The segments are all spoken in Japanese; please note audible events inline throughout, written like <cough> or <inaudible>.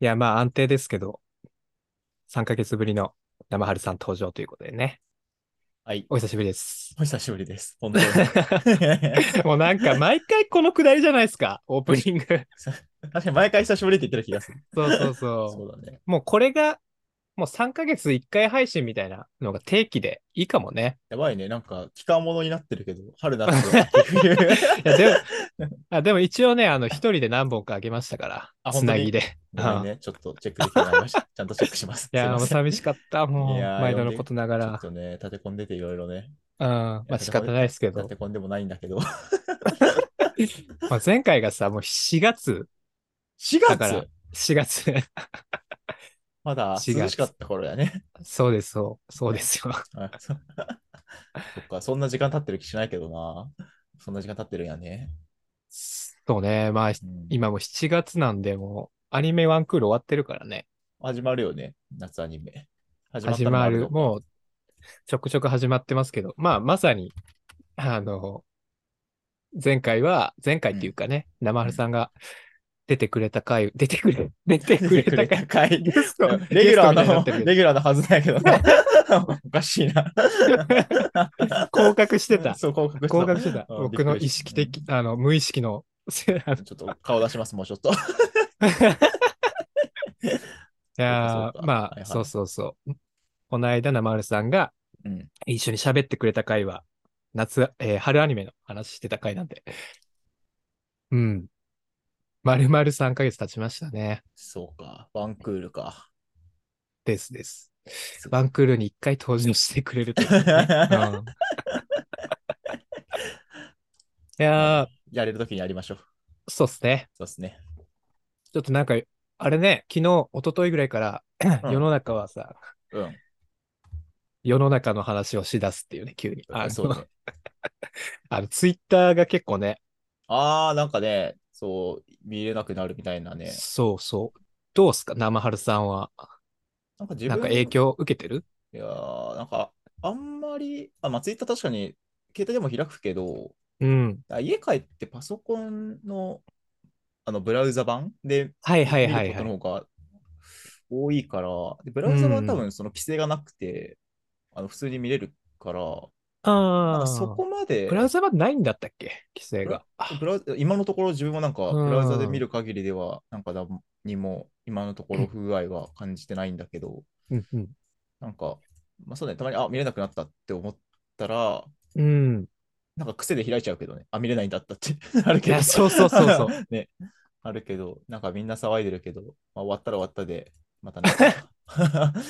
いや、まあ安定ですけど、3ヶ月ぶりの生春さん登場ということでね。はい。お久しぶりです。 <laughs> お久しぶりです。本当に。もうなんか毎回このくだりじゃないですか、オープニン <laughs> グ。確かに毎回久しぶりって言ってる気がする。そうそうそそうだね。う。もうこれが、もう3ヶ月1回配信みたいなのが定期でいいかもね。やばいね。なんか、期間ものになってるけど、春 <laughs> 夏秋冬いや、で <laughs> も、あでも一応ね、あの、一人で何本かあげましたから、あつ本当なにぎで。ごめんね。ちょっとチェックできてなり <laughs> ました。ちゃんとチェックします。いや、もうすいま寂しかった、も、いうやー毎度のことながせらんちょっ。とね、立て込んでていろいろね。うん、まあ仕方ないですけど立。て込んでもないんだけど。まあ、前回がさ、もう4月、 4だから月4月。 <laughs> まだ4月涼しかった頃やね。そうです、そう、そうですよ。はいそそっか、そんな時間経ってる気しないけどな。そんな時間経ってるんやね。そうね、まあ、うん今もう7月なんで、もう、アニメワンクール終わってるからね。始まるよね、夏アニメ。始始ったのまある。ともう、ちょくちょく始まってますけど、まあ、まさに、あの、前回は、前回っていうかね、生春さんが出てくれた回、出てく <laughs> れ、出てくれた回。 <laughs> 回。 <laughs> レギゲスト、ュラーゲストみたいになの、ってるけどレギュラーのはずだけど <laughs> な。おかしいな。降格してた。 <laughs> そう、降格してた降格してた。うん僕の意識。びっくり的、あの、無意識の、 <laughs> せあのいしたちょっと顔出します、もうちょっと。やそうーかまあ、はいはいそうそうそう。この間、生春さんが、うん一緒に喋ってくれた回は、夏、えー春アニメの話してた回なんで。うん。まるまる3ヶ月経ちましたね。そうか、ワンクールか。ですです。ワンクールに1回登場してくれるというね、うん、い <laughs> やー、やれるときにやりましょう。そうっすね。そうですね。ちょっとなんか、あれね、昨日、一昨日ぐらいから、うん世の中はさ、うん。世の中の話をしだすっていうね、急に。あそうの、ね。あのツイッターが結構ね、あー、なんかね、そう、見れなくなるみたいなね。そうそう。どうっすか生春さんは。なんか自分なんか影響受けてるいやー、なんか、あんまり、あ、まあ、ツイッター確かに、携帯でも開くけど、うん。あ家帰ってパソコンの、あの、ブラウザ版ではいは見いはいるこはい。との方が多いから、でブラウザう版ん多分その規制がなくて、あの、普通に見れるから、なんあかあ。そこまで、ブラウザ版ないんだったっけ規制が。ブラウザ今のところ自分はなんか、うんブラウザで見る限りでは、なんか何にも、今のところ不具合は感じてないんだけど、うんうん。なんか、まあ、そうね、たまに、あ、見れなくなったって思ったら、うん。なんか癖で開いちゃうけどね。あ、見れないんだったって <laughs> あるいけど。や、そうそうそうそう。 <laughs> ね。あるけど、なんかみんな騒いでるけど、まあ、終わったら終わったで、またなんか <laughs>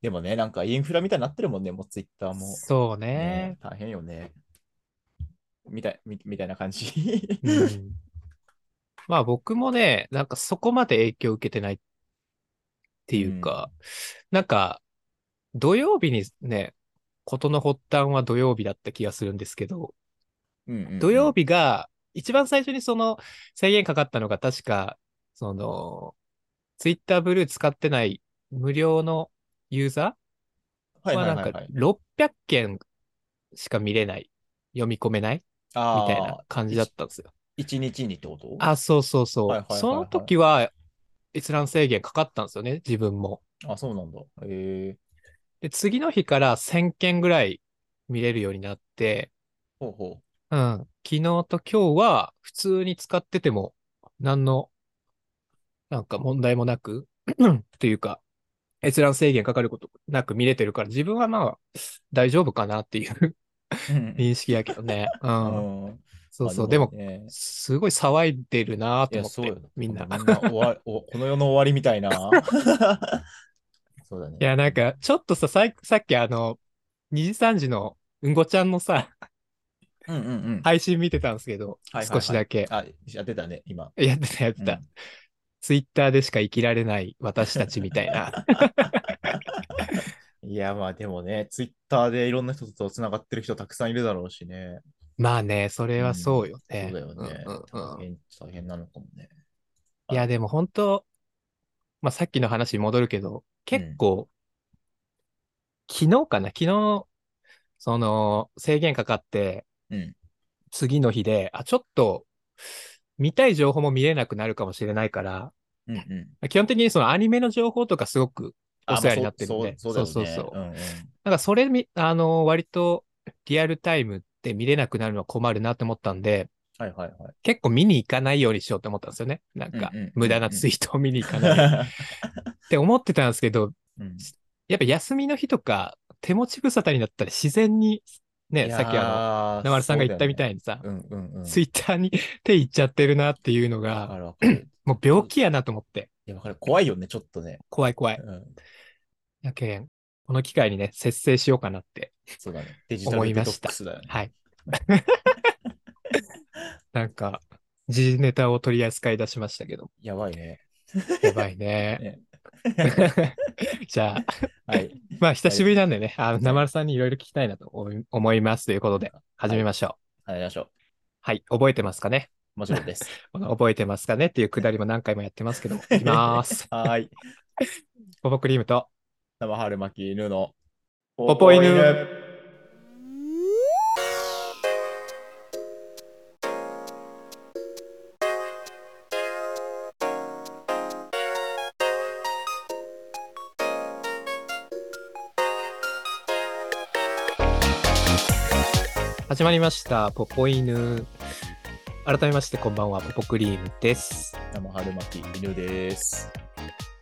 でもね、なんかインフラみたいになってるもんね、もうツイッターも。そうねね。大変よね。みたいみみたいな感 <laughs> じ。うん。まあ僕もね、なんかそこまで影響受けてないっていうか、なんか土曜日にね、事の発端は土曜日だった気がするんですけど、うんうんうん土曜日が、一番最初にその制限かかったのが確か、その、ツイッターブルー使ってない無料のユーザはいーははいなはい、んはかい。 600件しか見れない、読み込めないみあたいな感じだったんですよ。 1日にってことあ、そうそうそはいはうい。はいはいその時は閲覧制限かかったんですよね、自分も。あ、そうなんだ。えー、で、次の日から1000件ぐらい見れるようになって、ほうほうん。昨日と今日は普通に使ってても何のなんか問題もなく <clears throat> というか閲覧制限かかることなく見れてるから自分はまあ大丈夫かなっていう <laughs> う。うん認識やけどね。う。うんんうんそうそまう。あでも、ねすごい騒いでるなといや、思そうっよて、。みんな。い <laughs> みんな終わお <laughs> この世の終わりみたいな。そうだね。や、なんか、ちょっとさ、さいさっきあの、2時3時のうんごちゃんのさ、うんうんうん。配信見てたんですけど、はいはいは少いしだけ。あ、やってたね、今。 <laughs> やってた、やってた。うんツイッターでしか生きられない私たちみたい <laughs> な。いや、まあでもね、ツイッターでいろんな人とつながってる人たくさんいるだろうしね。まあね、それはそうよそねう。だよね。うんうん大うん変、大変なのかもね。いや、でも本当、まあさっきの話に戻るけど、結構、昨日かな昨日、その、制限かかって、うん。次の日で、あ、ちょっと、見たい情報も見れなくなるかもしれないから、うんうん。基本的にそのアニメの情報とかすごくお世話になってるんで。そうそうそうだよねそうそうそう。んなんんかそれみ、あの割とリアルタイムって見れなくなるのは困るなって思ったんで、はいはいはい。結構見に行かないようにしようって思ったんですよね。なんかうんうんうんうん、無駄なツイートを見に行かないようにって思ってたんですけど、 <laughs> うんやっぱ休みの日とか手持ち無沙汰になったら自然に、ね、さっきあの、名丸さんが言ったみたいいにさ、やー。そうだよねうんうんうん。ツイッターに手いっちゃってるなっていうのわかが、るわかる。もう病気やなと思って、いや、わかる。怖いよね、ちょっとね。怖い怖い。うん。やけん、この機会にね、節制しようかなってそうだね。デジタル思いデまトしッたクスだよね。はい。なんか、時事ネタを取り扱い出しましたけど、やばいね。やばいね。 <laughs> じゃあ、はい。まあ、久しぶりなんでね、あの、生田さんにいろいろ聞きたいなと思い思いますということで、始めましょう。はい、やりましょう。はい、覚えてますかねもちろ <laughs> んです。この覚えてますかねっていうくだりも何回もやってますけど、いきます。はーい。ポポクリームと、生春巻き犬のポポ犬始まりました、ポポ犬。改めまして、こんばんは、ポポクリームです。生春巻き犬です。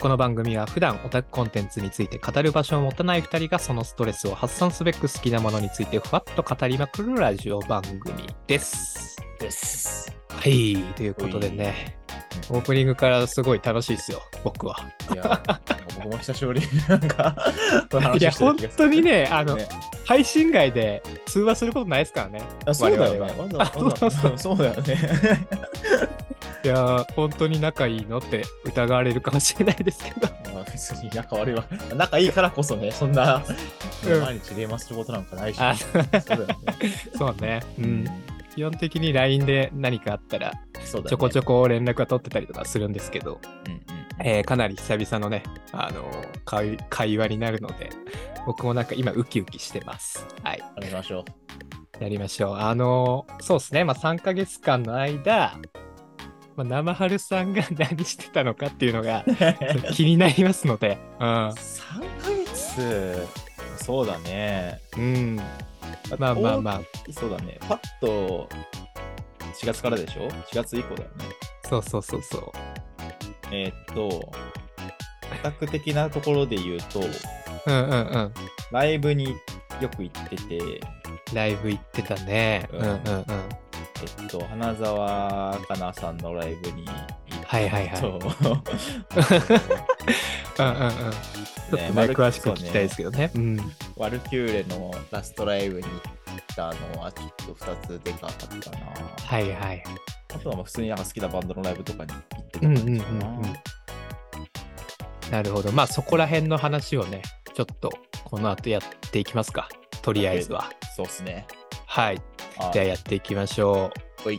この番組は普段オタクコンテンツについて語る場所を持たない2人がそのストレスを発散すべく好きなものについてふわっと語りまくるラジオ番組です。です。はい、ということでね、うんオープニングからすごい楽しいですよ、僕は。<laughs> いや、なんか僕も久しぶりになんか、この話いや、してる本気がす当るにね、あの、ね配信外で通話することないですからね。あそうだよね。我々わはざわざあそうそうだよね。いやー、本当に仲いいのって疑われるかもしれないですけど。 <laughs> まあ別に仲悪いわ。仲いいからこそね、そんな、うん毎日電話することなんかないし。あそうだよね。そうね。う。うん基本的に LINE で何かあったら、そうだね。ちょこちょこ。こ連絡は取ってたりとかするんですけど、うんうんえーかなり久々のね、あのー会会話になるので、僕もなんか今ウキウキしてます。はい。ありましょう。 <laughs> やりましょう。あのーそうですね。まあ3ヶ月間の間、まあ、生春さんが <laughs> 何してたのかっていうの <laughs> が気になりますので、うん。 3ヶ月そうだね。うん。まあまあまあ、あ。そうだね。パッと4月からでしょ ?4 月以降だよね。そうそうそうそう。えーっと、オタク的なところで言うと、うんうんうん。ライブによく行ってて、えライブ行ってたね。ううんんうんうん。っと、花澤香菜さんのライブに行って、はいはいはいそう <laughs> うんうんうん。ちょっとね、ねマル詳しく聞きたいですけどね。うん。ワルキューレのラストライブに行ったのはちょっと2つでかかったな。はいはい。あとはまあ普通になんか好きなバンドのライブとかに行ってたうん感うじんうんうんかな。なるほど。まあそこら辺の話をね、ちょっとこの後やっていきますか。とりあえずは。そうっすね。はい。あじゃあやっていきましょう。はい。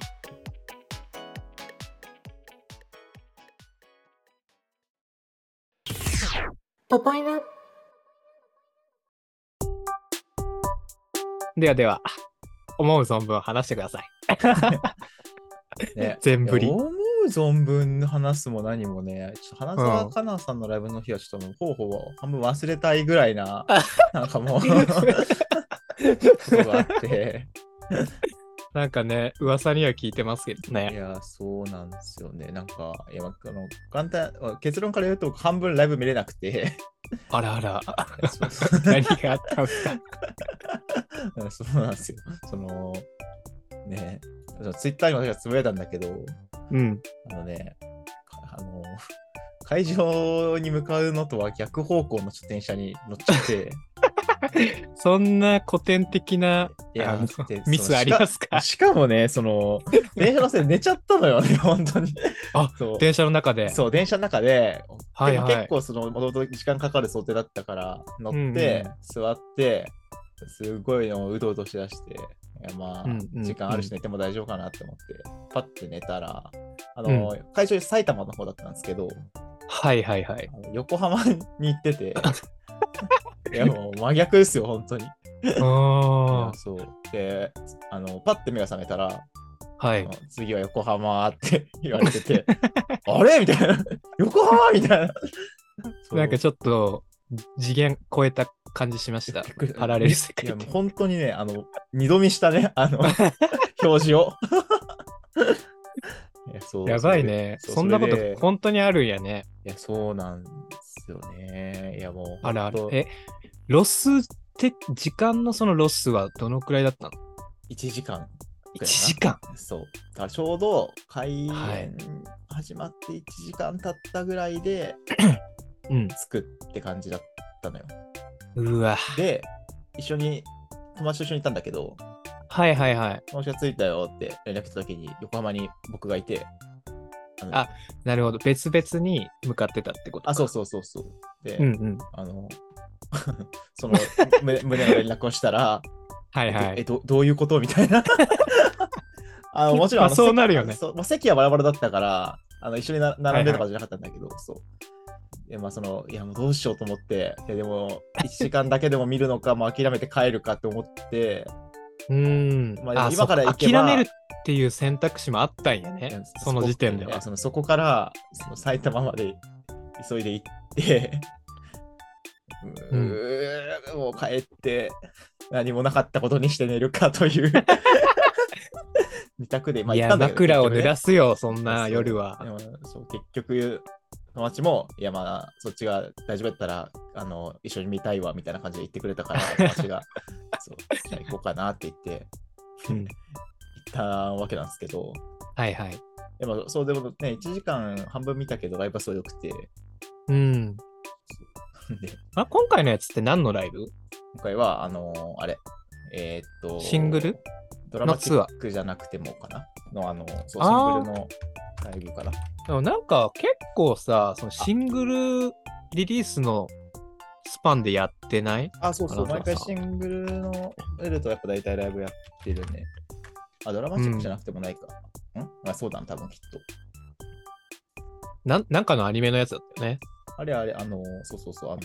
ポポイヌではでは、思う存分話してください。ね全振りいや思う存分話すも何もね、ちょっと花澤香菜さんのライブの日はちょっともう方法を半分忘れたいぐらいな、なんかもうことがあって。なんかね、噂には聞いてますけどいね。や、そうなんですよね。なんか、いや、まああの簡単、結論から言うと半分ライブ見れなくて。あらあら、そうそう何があったん <laughs> ですか。うんそうなんですよ。その、ね、そのツイッターにも私はつぶやいたんだけど、うん。あのね、かあの、 <laughs> 会場に向かうのとは逆方向の電車に乗っちゃ <laughs> って、そんな古典的なあの <laughs> でミスありますそのかしかしかもね、その、電車のせいで寝ちゃったのよね、 <laughs> 本当に。あそう電車の中で。そう、電車の中で、はいはいでも結構その、もともと時間かかる想定だったから、乗って、うんうん座って、すごいのをうとうとしだして、いやまあ、うんうん時間あるし寝ても大丈夫かなって思って、パッて寝たら、あの、会場埼玉の方だったんですけど、はいはい <laughs> はい。あの横浜に行って <laughs> て、いやもう真逆ですよ、本当に。いあやそうであの、パッて目が覚めたら、ーはい。次は横浜って <laughs> 言われてて、あれみたいな。横浜みたいな。そうなんかちょっと、次元超えた感じしましたびっくり。パラレル世い界や、もう本当にね、あの、二度見したね、あ <laughs> の、表示を。いやそうやばいね。そうそんなこれでと本当にあるんやね。いや、そうなんですよね。いや、もう。あるあるほん。とえ、ロスって、時間のそのロスはどのくらいだったの1時間。 ?1 時間。そう。だからちょうど開はい演始まって1時間経ったぐらいでうん。着くって感じだったのよ。うわ。で、一緒に、友達と一緒にいたんだけど、はいはいはい。友達が着いたよって連絡した時に横浜に僕がいて、のあなるほど。別々に向かってたってことかあ、そうそうそうそう。で、うんうん。あの、 <laughs> そのむ胸の連絡をしたら、はいはえい。どどういうことみた <laughs> いな。あのもちろんあの、まあそう席なるよねそうまあ、席はバラバラだったから、あの一緒にな並んでとかじゃなかったんだけど、そう。でまあ、そのいやもうどうしようと思って、いやでも1時間だけでも見るのか、もう諦めて帰るかと思って、うーん。まああ、今からそう行けば諦めるっていう選択肢もあったんやいねや。その時点でいやは。そのそこからその埼玉まで急いで行って、うーもう帰って、何もなかったことにして寝るかという。二択で、いや、枕を濡らすすよ、そんな夜は。そう結局、友達も、いやまあ、そっちが大丈夫やったら、あの、一緒に見たいわ、みたいな感じで言ってく <laughs> れたから、友達が、そう、じゃあ行こうかなって言って、うん行ったわけなんですけど、はいはい。でも、そうでもね、1時間半分見たけど、ライブはすごい良くて、で、 <laughs> うん。あ、今回のやつって何のライブ今回は、あのあれ、えーっと、シングルドラマチックじゃなくてもかなの、あの、そう、シあーングルのライブかな。でもなんか結構さ、そのシングルリリースのスパンでやってないあ、そうそう、あな毎んかさ回シングルのやると、やっぱ大体ライブやってるね。あ、ドラマチックじゃなくてもないか。んあ、そうだな、多分きっなんなんかのアニメのやつだったよね。と。あれあれ、あのそうそうそう、あの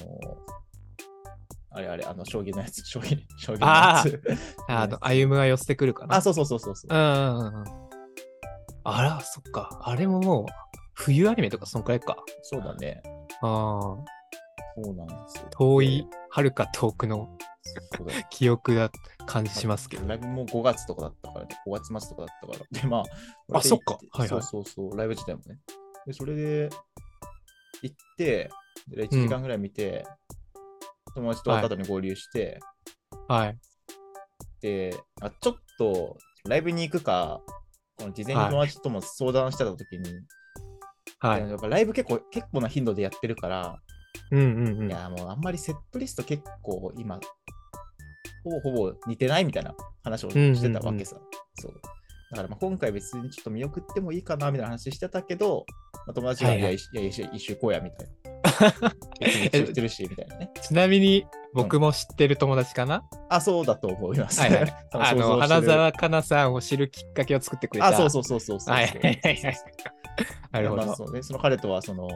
あれあれ、あの、将棋のやつ、将棋、将棋のやつ。あの、歩夢が寄せてくるかな。 <laughs> あ、そうそうそうそうそうう。んうんうんうん。あら、そっか。あれももう、冬アニメとかそんくらいか。そうだね。ああ、そうなんですよ。遠い、遥か遠くのそうだよ記憶だ感 <laughs> じしますけど。ライブも5月とかだったからね、5月末とかだったから。で、まあ、あそっかははいいは。はいいそうそうそう、ライブ自体もね。で、それで、行って、で1時間ぐらい見て、友達と終わった後に合流して、はい。で、あちょっと、ライブに行くか、この事前に友達とも相談してた時に、はい。やっぱライブ結構、結構な頻度でやってるから、うんうんうん。いあや、もうあんまりセットリスト結構今、ほぼほぼ似てないみたいな話をしてたわけさ。そうだからまあ今回別にちょっと見送ってもいいかなみたいな話してたけど、まあ、友達が、はいいはいや、一緒いや一緒一周行こうやみたい <laughs> な。別に一周してるしみたいなね。ちなみに、僕も知ってる友達かな、あ、そうだと思います。はいはい <laughs> 多あ分想像しての、る花澤香菜さんを知るきっかけを作ってくれた。あ、そうそうそうそうそうそう。はいはいはいはいなるほまあど。そうね、その彼とはその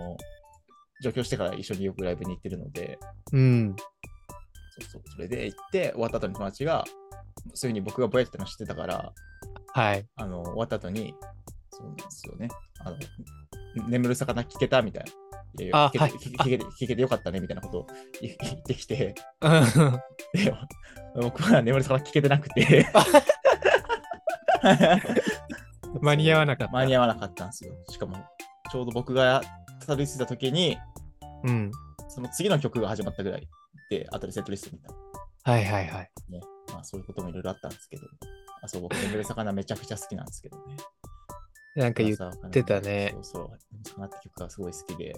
上京してから一緒によくライブに行ってるので、うん。そうそうそれで行って、終わった後に友達が、そういうふうに僕がぼやってたの知ってたから、はい。 <laughs> あの終わった後に、そうなんですよね。あの眠る魚聞けたみたいな。いやいやあ聞けてはい聞け聞けて聞けてよかったねみたいなことを言い言ってきて、うんで僕は眠る魚聞けてな <laughs> くて、間に合わなかった。間に合わなかったんですよ。しかも、ちょうど僕がたどり着いた時に、うん。その次の曲が始まったぐらいで、後でセットリストみたいはいはいはい。な。まあ、そういうこともいろいろあったんですけど、あそう僕、眠る魚めちゃくちゃ好きなんですけどね。なんか言う。ってたねそうそう、眠る魚って曲がすごい好きで。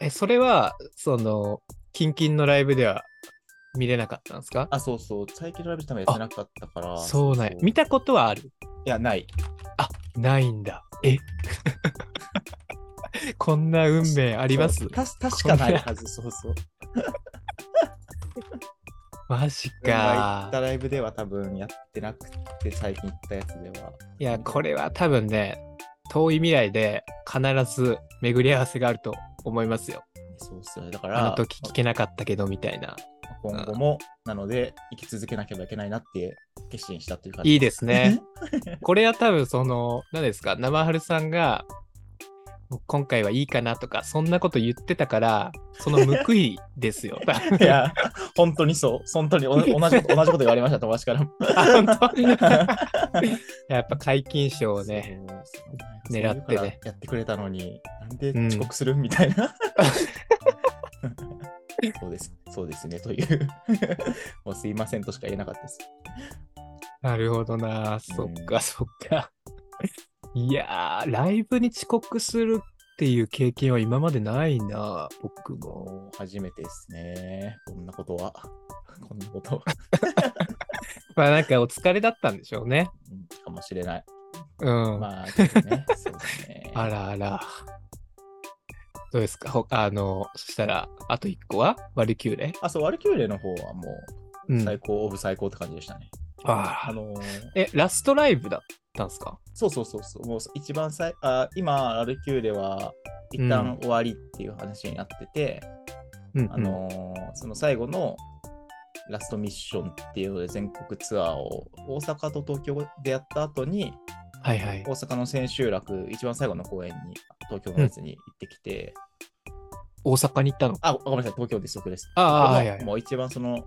え、それは、その、キンキンのライブでは見れなかったんですかあ、そうそう。最近のライブ多分やってなかったから。そうなんや。見たことはあるいや、ない。ないんだ。え <laughs> こんな運命ありますそうたし確かないはず、そうそう。マジ行かった。ライブでは多分やってなくて、最近行ったやつでは。いや、これは多分ね、遠い未来で必ず巡り合わせがあると思いますよ。そうっすよね。だかあら、の時聞けなかったけどみたいな。今後も、なので、生き続けなければいけないなって決心したという感じいいですね。これは多分その、何ですか、生春さんが、もう今回はいいかなとか、そんなこと言ってたから、その報いですよ。 <laughs> 多分 <laughs> いや、本当にそう。本当にお <laughs> 同じこと同じこと言われました、友達からも。あ本当やっぱ解禁賞をね、そう。狙ってねそういうからやってくれたのに、なんで遅刻する、みたい <laughs> な。そうです。そうですね、という。 <laughs> もうすいませんとしか言えなかったです。なるほどな、そっかそっか。いやー、ライブに遅刻するっていう経験は今までないな、僕も。もう初めてですね。こんなことは。こんなことはまあなんかお疲れだったんでしょうね。うんかもしれない。うん。まあ、ちょっと <laughs> ね、そうですね。あらあら。どうですかほあの、そしたら、あと1個はバリキューレ。あ、そう、ワルキューレの方はもうう、ん。最高、オブ最高って感じでしたね。あーあのーえ、ラストライブだったんですかそうそうそうそう。もう一番最あ今、アルキューレは一旦終わりっていう話になってて、うん、あのーその最後のラストミッションっていうので全国ツアーを大阪と東京でやった後に、うんはいはい大。阪の千秋楽、一番最後の公演に東京のやつに行ってきて、大阪に行ったのあ、ごめんなさい、東京です、東京です。ああ、もうはいはい。もう一番その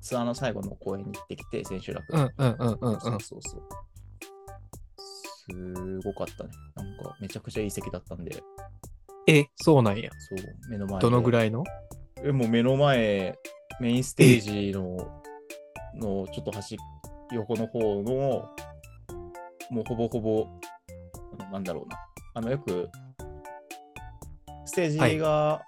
ツアーの最後の公演に行ってきて、千秋楽。うんうんうんうんうそんう。そうそう。すごかったね。なんかめちゃくちゃいい席だったんで、え、そうなんや。そう、目の前どのぐいらいのえもう目の前、メインステージの、のちょっと端、横の方の、もうほぼほぼ、あのなんだろうな。あの、よく、ステージが、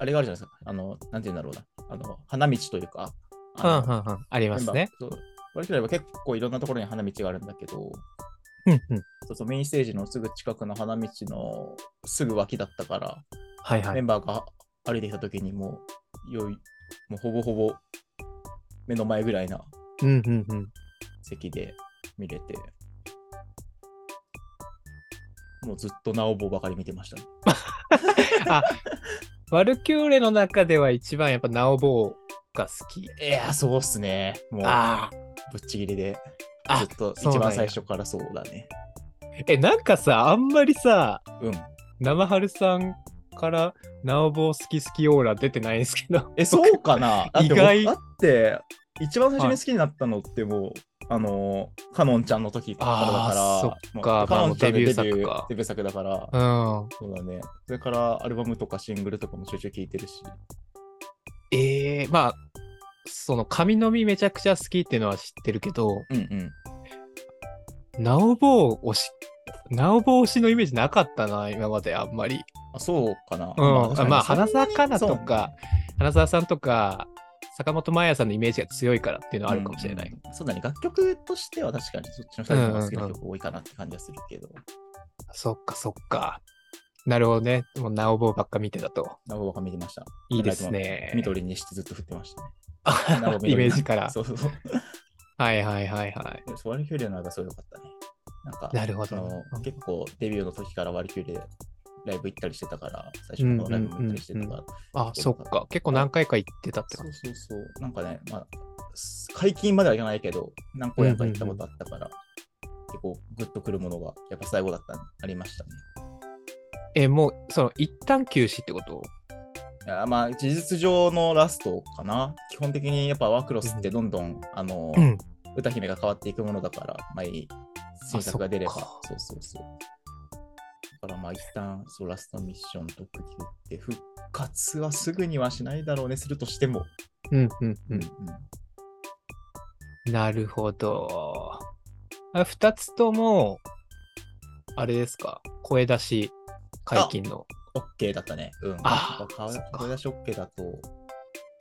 あれがあるじゃないですか。あの、なんて言うんだろうな。あの、花道というか、うあんうのんうん。ありますね。。メンバーそう割と言えば結構いろんなところに花道があるんだけど、うんうん。そうそうメインステージのすぐ近くの花道のすぐ脇だったから、はいはメい。ンバーが歩いてきた時にもうよいもうほぼほぼ目の前ぐらいなうんうんうん。席で見れてもうずっとナオボばかり見てましたね <laughs> あ、ワルキューレの中では一番やっぱナオボーが好き。いやーそうっすねもうあぶっちぎりであずっとそうな一んや番最初からそうだねあ。え、なんかさ、あんまりさ、うん生春さんからナオボー好き好きオーラ出てないんですけど。えそうかなだって意外だって一番最初に好きになったのってもう、あのーカノンちゃんの時からだからあーそっかもうカノンちまゃんのあもうデビュー作かデビュー作だからうん。そうだね。それからアルバムとかシングルとかもちょいちょい聴いてるし。ええまあ、その髪の実めちゃくちゃ好きっていうのは知ってるけど、うんうん。ナオボー推し、ナオボー推しのイメージなかったな、今まであんまり。あ、そうかな。うん。確かあにまあ、花澤香菜と。そうだかね、花澤さんとか、坂本真綾さんのイメージが強いからっていうのはあるかもしれない。うんうんそうだね。楽曲としては確かにそっちの2人の方が好きな曲多いかなって感じはするけど、そっか、そっか。なるほどね。もう、ナオボーばっか見てたと。ナオバが見てました。いいですね。緑にしてずっと振ってましたね。なおイメージから。そうそうそう。はいはいはいはい。でもそうワルキューレの間そうよかったね。なんか、なるほそど。の結構デビューの時からワルキューレライブ行ったりしてたから、最初のライブも行ったりしてたうんかうんら、あ、そっか。結構何回か行ってたってそ感うじ。そうそう。なんかね、まあ、す解禁まではいかないけど、何個やか行ったことあったから、結構グッとくるものが、やっぱ最後だったね、ありましたね。え、もう、その、一旦休止ってこといやまあ、事実上のラストかな。基本的にやっぱワークロスってどんどん、あの、うん。歌姫が変わっていくものだから、毎日新作が出れば、あそそっかうそうそう。だからまあ一旦そうラストミッション特急って復活はすぐにはしないだろうね、するとしても。うんうんううんん。なるほど。あ二つとも、あれですか。声出し解禁の。オッケーだったね。うん。あーやっぱ顔そっか声出しオッケーだと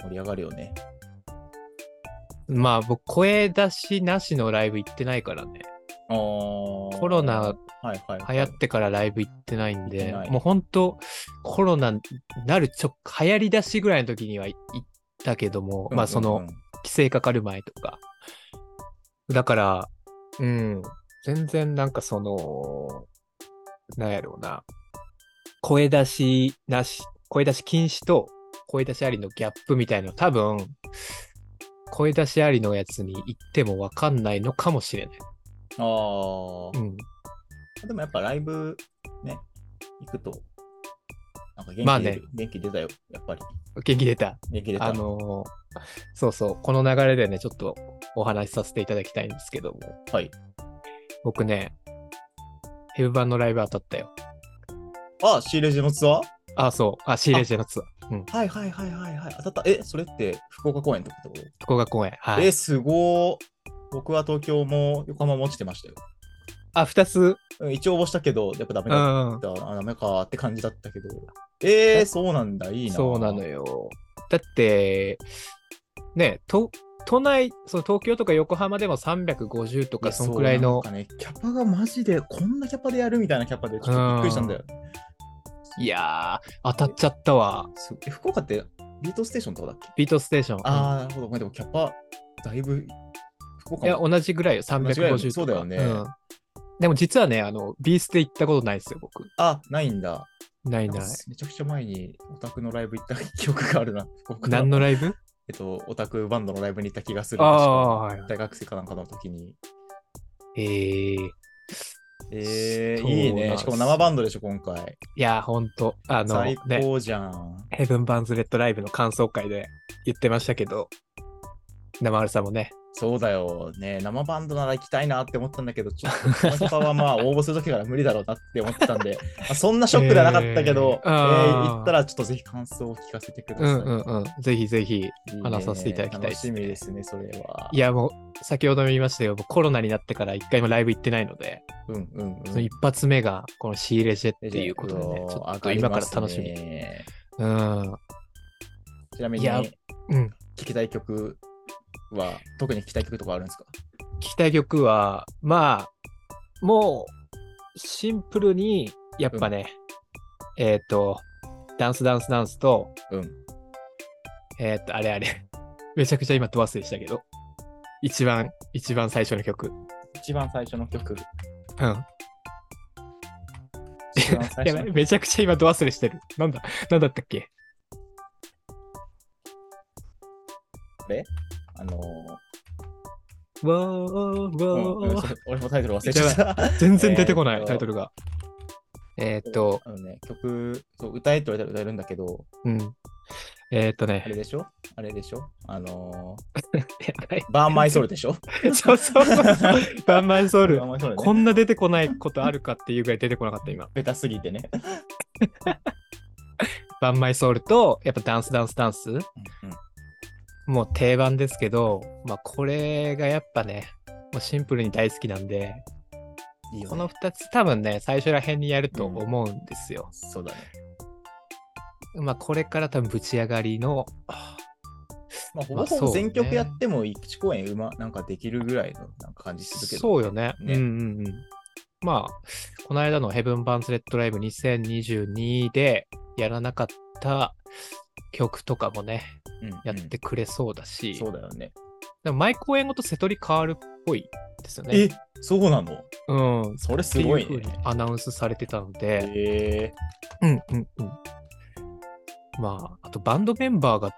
盛り上がるよね。まあ、僕、声出しなしのライブ行ってないからね。ココロナはいはいはい、流行ってからライブ行ってないん行っでてな、いもう本当コロナなるちょ、流行り出しぐらいの時には行ったけども、まあ、その、うんうんうん規制かかる前とか。だから、うん、全然なんかその、なんやろうな、声出しなし、声出し禁止と声出しありのギャップみたいなの多分、声出しありのやつに行ってもわかんないのかもしれない。ああ、うん。でもやっぱライブね、行くと、なんか元気出る、まあね元気出たよ、やっぱり。元気出た。元気出た。あのーそうそう、この流れでね、ちょっとお話しさせていただきたいんですけども、はい。僕ね、ヘブ版のライブ当たったよ。あ、シーレジのツアーあ、そう、あ、シーレジェのツアー、はいはいはいはいはい。当たった。え、それって福岡公演とかってこと、福岡公演。はいえ、。すごー。僕は東京も横浜も落ちてましたよ。あ、二つ。うん一応応募したけど、やっぱダメうだっん。た。あ、ダメかって感じだったけど。えー、そうなんだ、いいな。そうなの。よ。だって、ね、と都内、その東京とか横浜でも350といか、やそんくらいのそう、なんかね、キャパがマジで、こんなキャパでやるみたいなキャパで、ちょっとびっくりしたんだよ。いやー、当たっちゃったわ。すえ福岡ってビートステーションとかだっけビートステーション。ああ、なるほど。まあでもキャパ、だいぶ、福岡いや、も同じぐらいよ、同じぐらい350とか。そうだよねんでも実はね、あの、ビーステ行ったことないですよ、僕。あ、ないんだ。ないなんないか。めちゃくちゃ前にオタクのライブ行った記憶があるな。福岡何のライブえっと、オタクバンドのライブに行った気がする。あ確あか、はいはい。大学生かなんかの時に。ええいえそうなー、んいいね。しかも生バンドでしょ、今回。や、ほんと、あの、最ね、高じゃん。ヘブン・バンズ・レッド・ライブの感想会で言ってましたけど、生春さんもね、そうだよ。ね生バンドなら行きたいなって思ったんだけど、ちょっと、このキャパはまあ、応募する時から無理だろうなって思ってたん <laughs> で、まあそんなショックではなかったけど、ええーーあー行ったらちょっとぜひ感想を聞かせてくださうい。んうんうん、ぜひぜひ、いいね話させていただきたいで楽すしねみですね、それは。いや、もう、先ほども言いましたよ、もうコロナになってから一回もライブ行ってないので、うんうんうん。その一発目が、このシーレジェっていうことでね、わちょっとかり今かまらす楽しみ。ねうん。ちなみいに、や聞うん。きたい曲は、特に聞きたい曲とかあるんですか聞きたい曲は、まあ、もう、シンプルに、やっぱね、えっ、と、ダンスダンスダンスと、うん。えっ、と、あれあれ、 <laughs> めちゃくちゃ今、ド忘れしたけど、一番、一番最初の曲。うん。一番最初 <laughs> の曲。一や番最初ばのい曲めちゃくちゃ今、ド忘れしてる。なんだ、なんだったっけあわのーわーーわ <laughs> うんうんーそれ俺もタイトル忘れちゃった。全然出てこなえーい、とタイトルが。えっ、と、あのね、曲、そう歌えって言われたら歌えるんだけど、うん。えっ、とあれね、でしょあれでしょあのやばいー、バーンマイソルでしょ <laughs> そうそう <laughs> そう。バンマイソウルバーン。マイソル、ね。こんな出てこないことあるかっていうぐらい出てこなかった今。ベタすぎてね。バンマイソウルと、やっぱダンスダンスダンス。うんうんもう定番ですけど、まあこれがやっぱね、もうシンプルに大好きなんで、いいよねこの2つ多分ね、最初ら辺にやると思うんですよ。そうだね。まあこれから多分ぶち上がりの、はあまあ、ほまあぼほそうぼね全曲やっても1公演うま、なんかできるぐらいのなんか感じするけど。そうよね。ねうんうんうん。まあ、この間のヘブン・バンズ・レッド・ライブ2022でやらなかった曲とかもね、うんうんやってくれそうだし、そうだよね。でも毎公演ごと瀬戸り変わるっぽいですよね。え、そうなのうん。それすごいっていうね風。にアナウンスされてたので、えうんうんうん。まあ、あとバンドメンバーが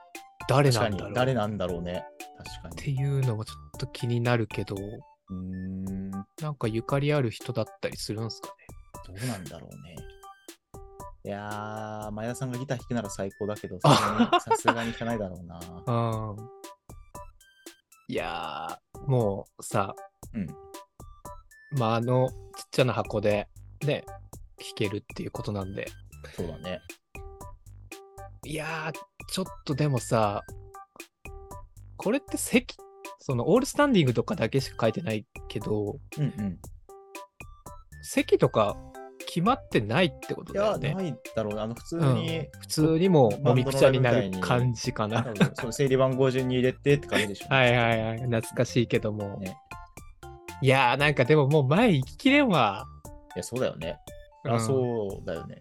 誰ー、確なんかにだろう誰っなんだろうね。確かてに。いうのもちょっと気になるけど、うーん、どなんかゆかりある人だったりするんですかね。うなんだろうね。いやー、前田さんがギター弾くなら最高だけど、あさすがにさすがに弾かないだろうな。うん。いやー、もうさ、うん。まあ、あのちっちゃな箱でね、弾けるっていうことなんで、そうだね。いやー、ちょっとでもさ、これって席、そのオールスタンディングとかだけしか書いてないけど、うんうん。席とか決まってないってこといだよや、ね。ないだろうね。あの、普通うんに、普通にもうもみくちゃになる感じか多な。 <laughs> 分その整理番号順に入れてって感じでしょ。はいはいはい、懐かしいけども。ねいやー、なんかでももう前行ききれんわ。いや、そうだよね。うあんそうだよね。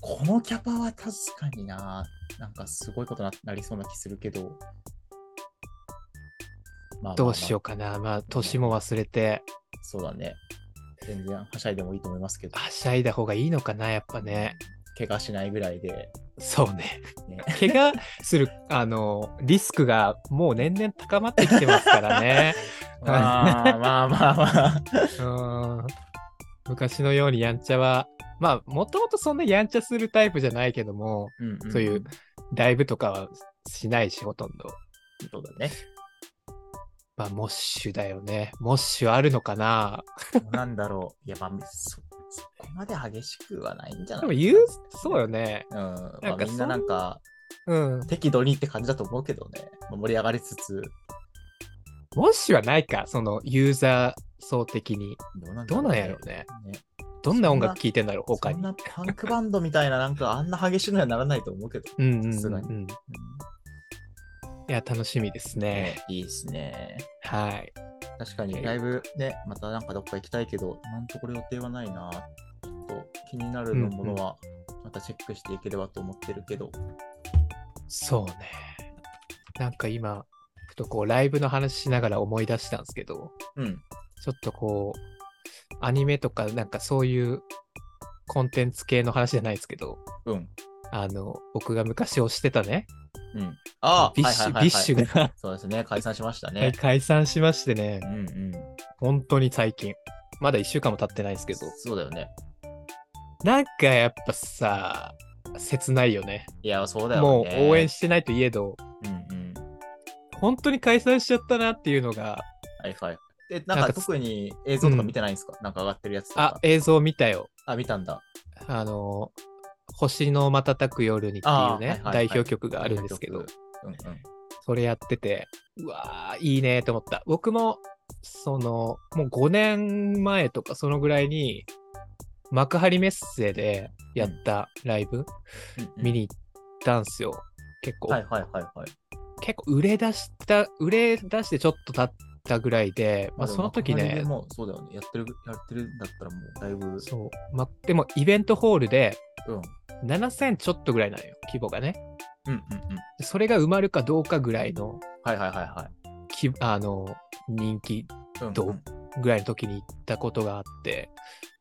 このキャパは確かにな、なんかすごいことななりそうな気するけど。まあまあまあどうしようかな。まあ、年も忘れて、そうだね。全然はしゃいでもいいと思いますけど。はしゃいだ方がいいのかな、やっぱね。怪我しないぐらいで、そうね。ね <laughs> 怪我する、あの、リスクがもう年々高まってきてますから <laughs> ね。まあまあまあまあ、うん。昔のようにやんちゃは、まあ、もともとそんなやんちゃするタイプじゃないけども、うんんんそういうライブとかはしないし、ほとんど。そうだね。まあ、モッシュだよね。モッシュあるのかななんだろう。いや、まあ、そそこまで激しくはないんじゃなでいも言う、そうよね。うん、まなあんかみんななんかうん。適度にって感じだと思うけどね、まあ盛り上がりつつ、モッシュはないか、そのユーザー層的に。どうなんだどろうなんうねやろうね。ねどんな音楽聴いてんだろう、他そんに。なパンクバンドみたいな、なんかあんな激しいのにはならないと思うけど。うんうんさすうがん。にうんいや、楽しみです <laughs> ね。いいですね。はい。確かに、ライブね、またなんかどっか行きたいけど、今のところ予定はないな。ちょっと気になるのものは、またチェックしていければと思ってるけど。そうね。なんか今、ふとこう、ライブの話しながら思い出したんですけど、うん。ちょっとこう、アニメとか、なんかそういうコンテンツ系の話じゃないですけど、うん。あの、僕が昔推してたね、うん。ああ、ビッシはュ、いはいはいはいビッシュがそうですね、解散しましたはいね。解散しましてね、うんうん。本当に最近。まだ1週間も経ってないですけど、そうだよね。なんかやっぱさ、切ないよね。いや、そうだよね。もう応援し、してないといえど、うんうん。本当に解散しちゃったなっていうのが、はいはい。え、なんなんかか特に映像とか見てないんですか、なんか上がってるやつとあか、。映像見たよ。あ、見たんだ。あの、星の瞬く夜にっていうあーはいねはい、はい代表曲があるんですけど代、表曲。うんうん。それやってて、うわー、いいねと思った。僕も、その、もう5年前とかそのぐらいに、幕張メッセでやったライブ、うんうん <laughs> 見に行ったんすよ。結構、はいはいはいはい。結構売れ出した、売れ出してちょっと経ったぐらいで、まあ、でもその時幕張でね、もうそうだよね。やってる、やってるんだったらもうだいぶ。そう、まあ、でもイベントホールでうん。うん7000ちょっとぐらいなのよ、規模がね。うんうん。それが埋まるかどうかぐらいのはいはいはいはきあの人気い。うんどうぐらいの時に行ったことがあって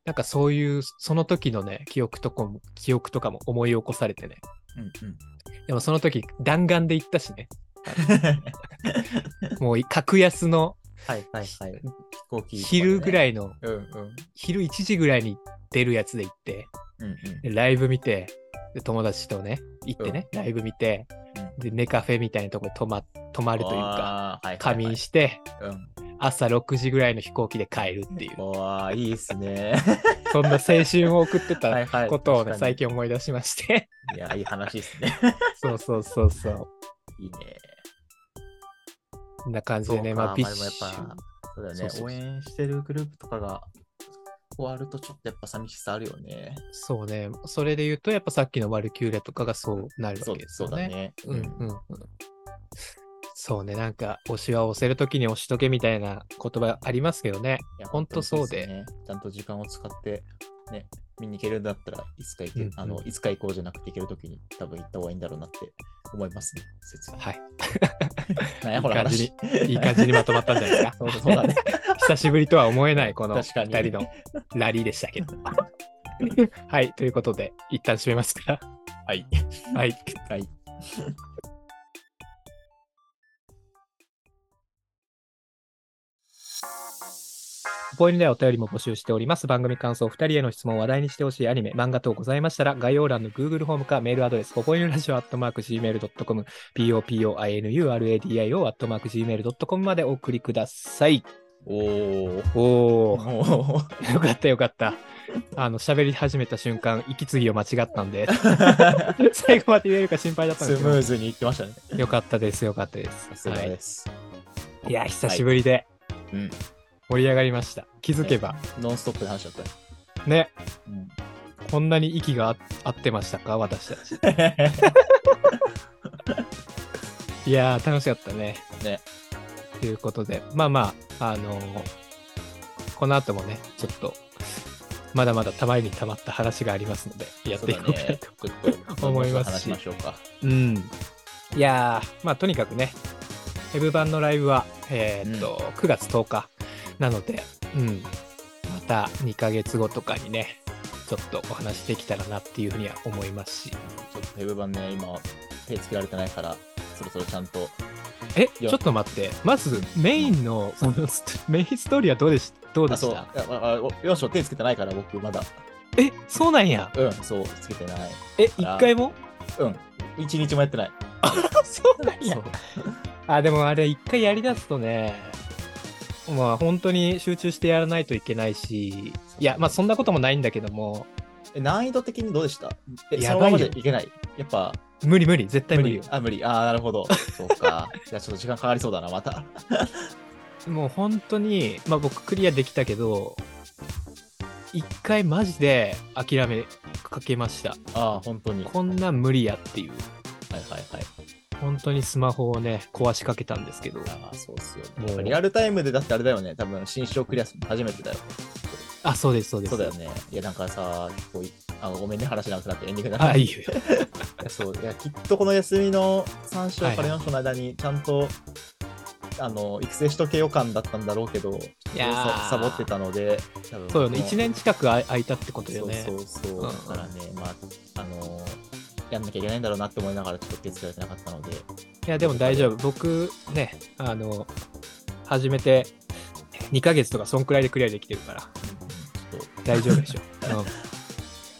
なんかそういうその時のね記憶とかも記憶とかも思い起こされてねうんうん。でもその時弾丸で行ったし <laughs> ねもう格安のはいはいはい。飛行機、昼ぐらい。いのうんうん。昼1時ぐらいに出るやつで行ってうんでライブ見てで友達とね行ってね、ライブ見てうん。で寝カフェみたいなとこで泊ま泊まるというかあー、はいはいはい仮眠して <laughs> うん。朝6時ぐらいの飛行機で帰るっていううわーいいっすね。そんな青春を送ってたい <laughs> はことをね、最。確近思い出しま <laughs> して。かにいや、いい話っすね。 <laughs> そうそうそうそいいね。う。こんな感じそうでかね、ままああ、でビもッやっシュぱ。そうだよそうそねうそう応援してるグループとかが終わるとちょっとやっぱ寂しさあるよね。そうね。それで言うと、やっぱさっきのワルキューレとかがそうなるわけですよね。ね。うねうんうんうん。そうね。なんか、推しは押せるときに押しとけみたいな言葉ありますけどね。いやほんとそうで本当にすねちゃんと時間を使って、ね、見に行けるんだったらいつか行け、うんうんあのいつか行こうじゃなくて行けるときに多分行った方がいいんだろうなって思いますね。切に。はい。なんやほらいい感じ話に。 <laughs> いい感じにまとまったんじゃないですか。そうだそうだね。久しぶりとは思え <laughs> ない、この確かに2人のラリーでした <laughs> けど。はい。ということで、一旦締めますかはい。ら。 <laughs> はい。 <laughs> はい。ポイントではお便りも募集しております。番組感想、2人への質問、話題にしてほしいアニメ、漫画等ございましたら、概要欄の Google フォームかメールアドレス、ポポインラジオアットマーク Gmail.com、popoinuradio アットマーク Gmail.com までお送りください。お <laughs> おお。ー、もう。よかったよかった。あの、喋り始めた瞬間、息継ぎを間違ったんで、最後まで言えるか心配だったんスですムーズにいってましたね。けど、よかったです、よかったです。さすがはです。い、いや、久しぶりでうん。盛り上がりました。気づけば。ノンストップで話しちゃったよ。ね、うんこんなに息が合合ってましたか、私たち。 <laughs> いやー、楽しかったね。ね。ということで、まあまあ、あのーこの後もね、ちょっと、まだまだたまりにたまった話がありますので、やっていこうかなと。そうだねちょっと思いますし話しましょうか。うん。いやー、まあとにかくね、ヘブ版のライブは、えーっと、9月10日なので、うん。また2ヶ月後とかにね、ちょっとお話できたらなっていうふうには思いますし。ちょっとウェブ版ね、今、手つけられてないから、そろそろちゃんと。え、いちやょっと待って。まず、メインの、そのスト <laughs> メインストーリーはどうでしどうであ、しそう。たあああよしょ、手つけてないから、僕、まだ。え、そうなんや。うん、そう、つけてない。え、一回もうん、一日もやってない。 <laughs> そうなんそう。あ、でもあれ、一回やりだすとね、まあ、本当に集中してやらないといけないし、いや、まあ、そんなこともないんだけども、え難易度的にどうでしたえ、やそのばまいよまじゃいけない。やっぱ、無理無理、絶対無理よ。あ、無理。あー、なるほど。そうか。 <laughs> じゃあ、ちょっと時間かかりそうだな、また。もう本当に、まあ僕クリアできたけど、一回マジで諦めかけました。あー、本当に。こんなん無理やっていう。はいはいはい。本当にスマホをね、壊しかけたんですけど。ああ、そうっすよ、ね。もうやっぱリアルタイムでだってあれだよね。多分、新章クリアするの初めてだよ。あ、そうです、そうです。そうだよね。いや、なんかさ、こういあごめんね、話長くなってエンディングだな。あ、いい <laughs> よ。そういやきっとこの休みの3章かはいはら4章の間にちゃんと、あの育成しとけよ感だったんだろうけど、いやーササボってたので、多分そうよね。1年年近くあ空いたってことだよね。そうそうそう、うんうんだからね、まあ、あのやんなきゃいけないんだろうなって思いながらちょっと手つけられてなかったので、いや、でも大丈夫。僕、ね、あの、始めて2ヶ月とか、そんくらいでクリアできてるから、うんうんちょっ大丈夫でしょ。うんと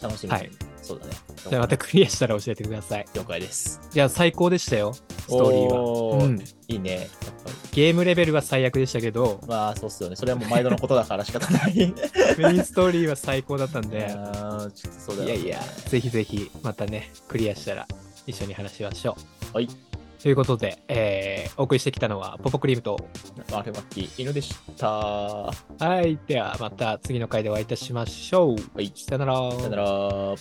楽しみに、はい <laughs> そうだね。じゃあまたクリアしたら教えてください。了解です。いや、最高でしたよ、ストーリーは。おーうん、いいね。やっぱりゲームレベルは最悪でしたけど、まあ、そうっすよね。それはもう毎度のことだから仕方 <laughs> ない。メインストーリーは最高だったんで、あ <laughs> ーちょっとそうだいよやねいや、ぜひぜひ、またね、クリアしたら一緒に話しましょう。はい。ということで、えーお送りしてきたのは、ポポクリームと、マルマッキー犬でした。はい、ではまた次の回でお会いいたしましょう。はいさよなら。さよなら。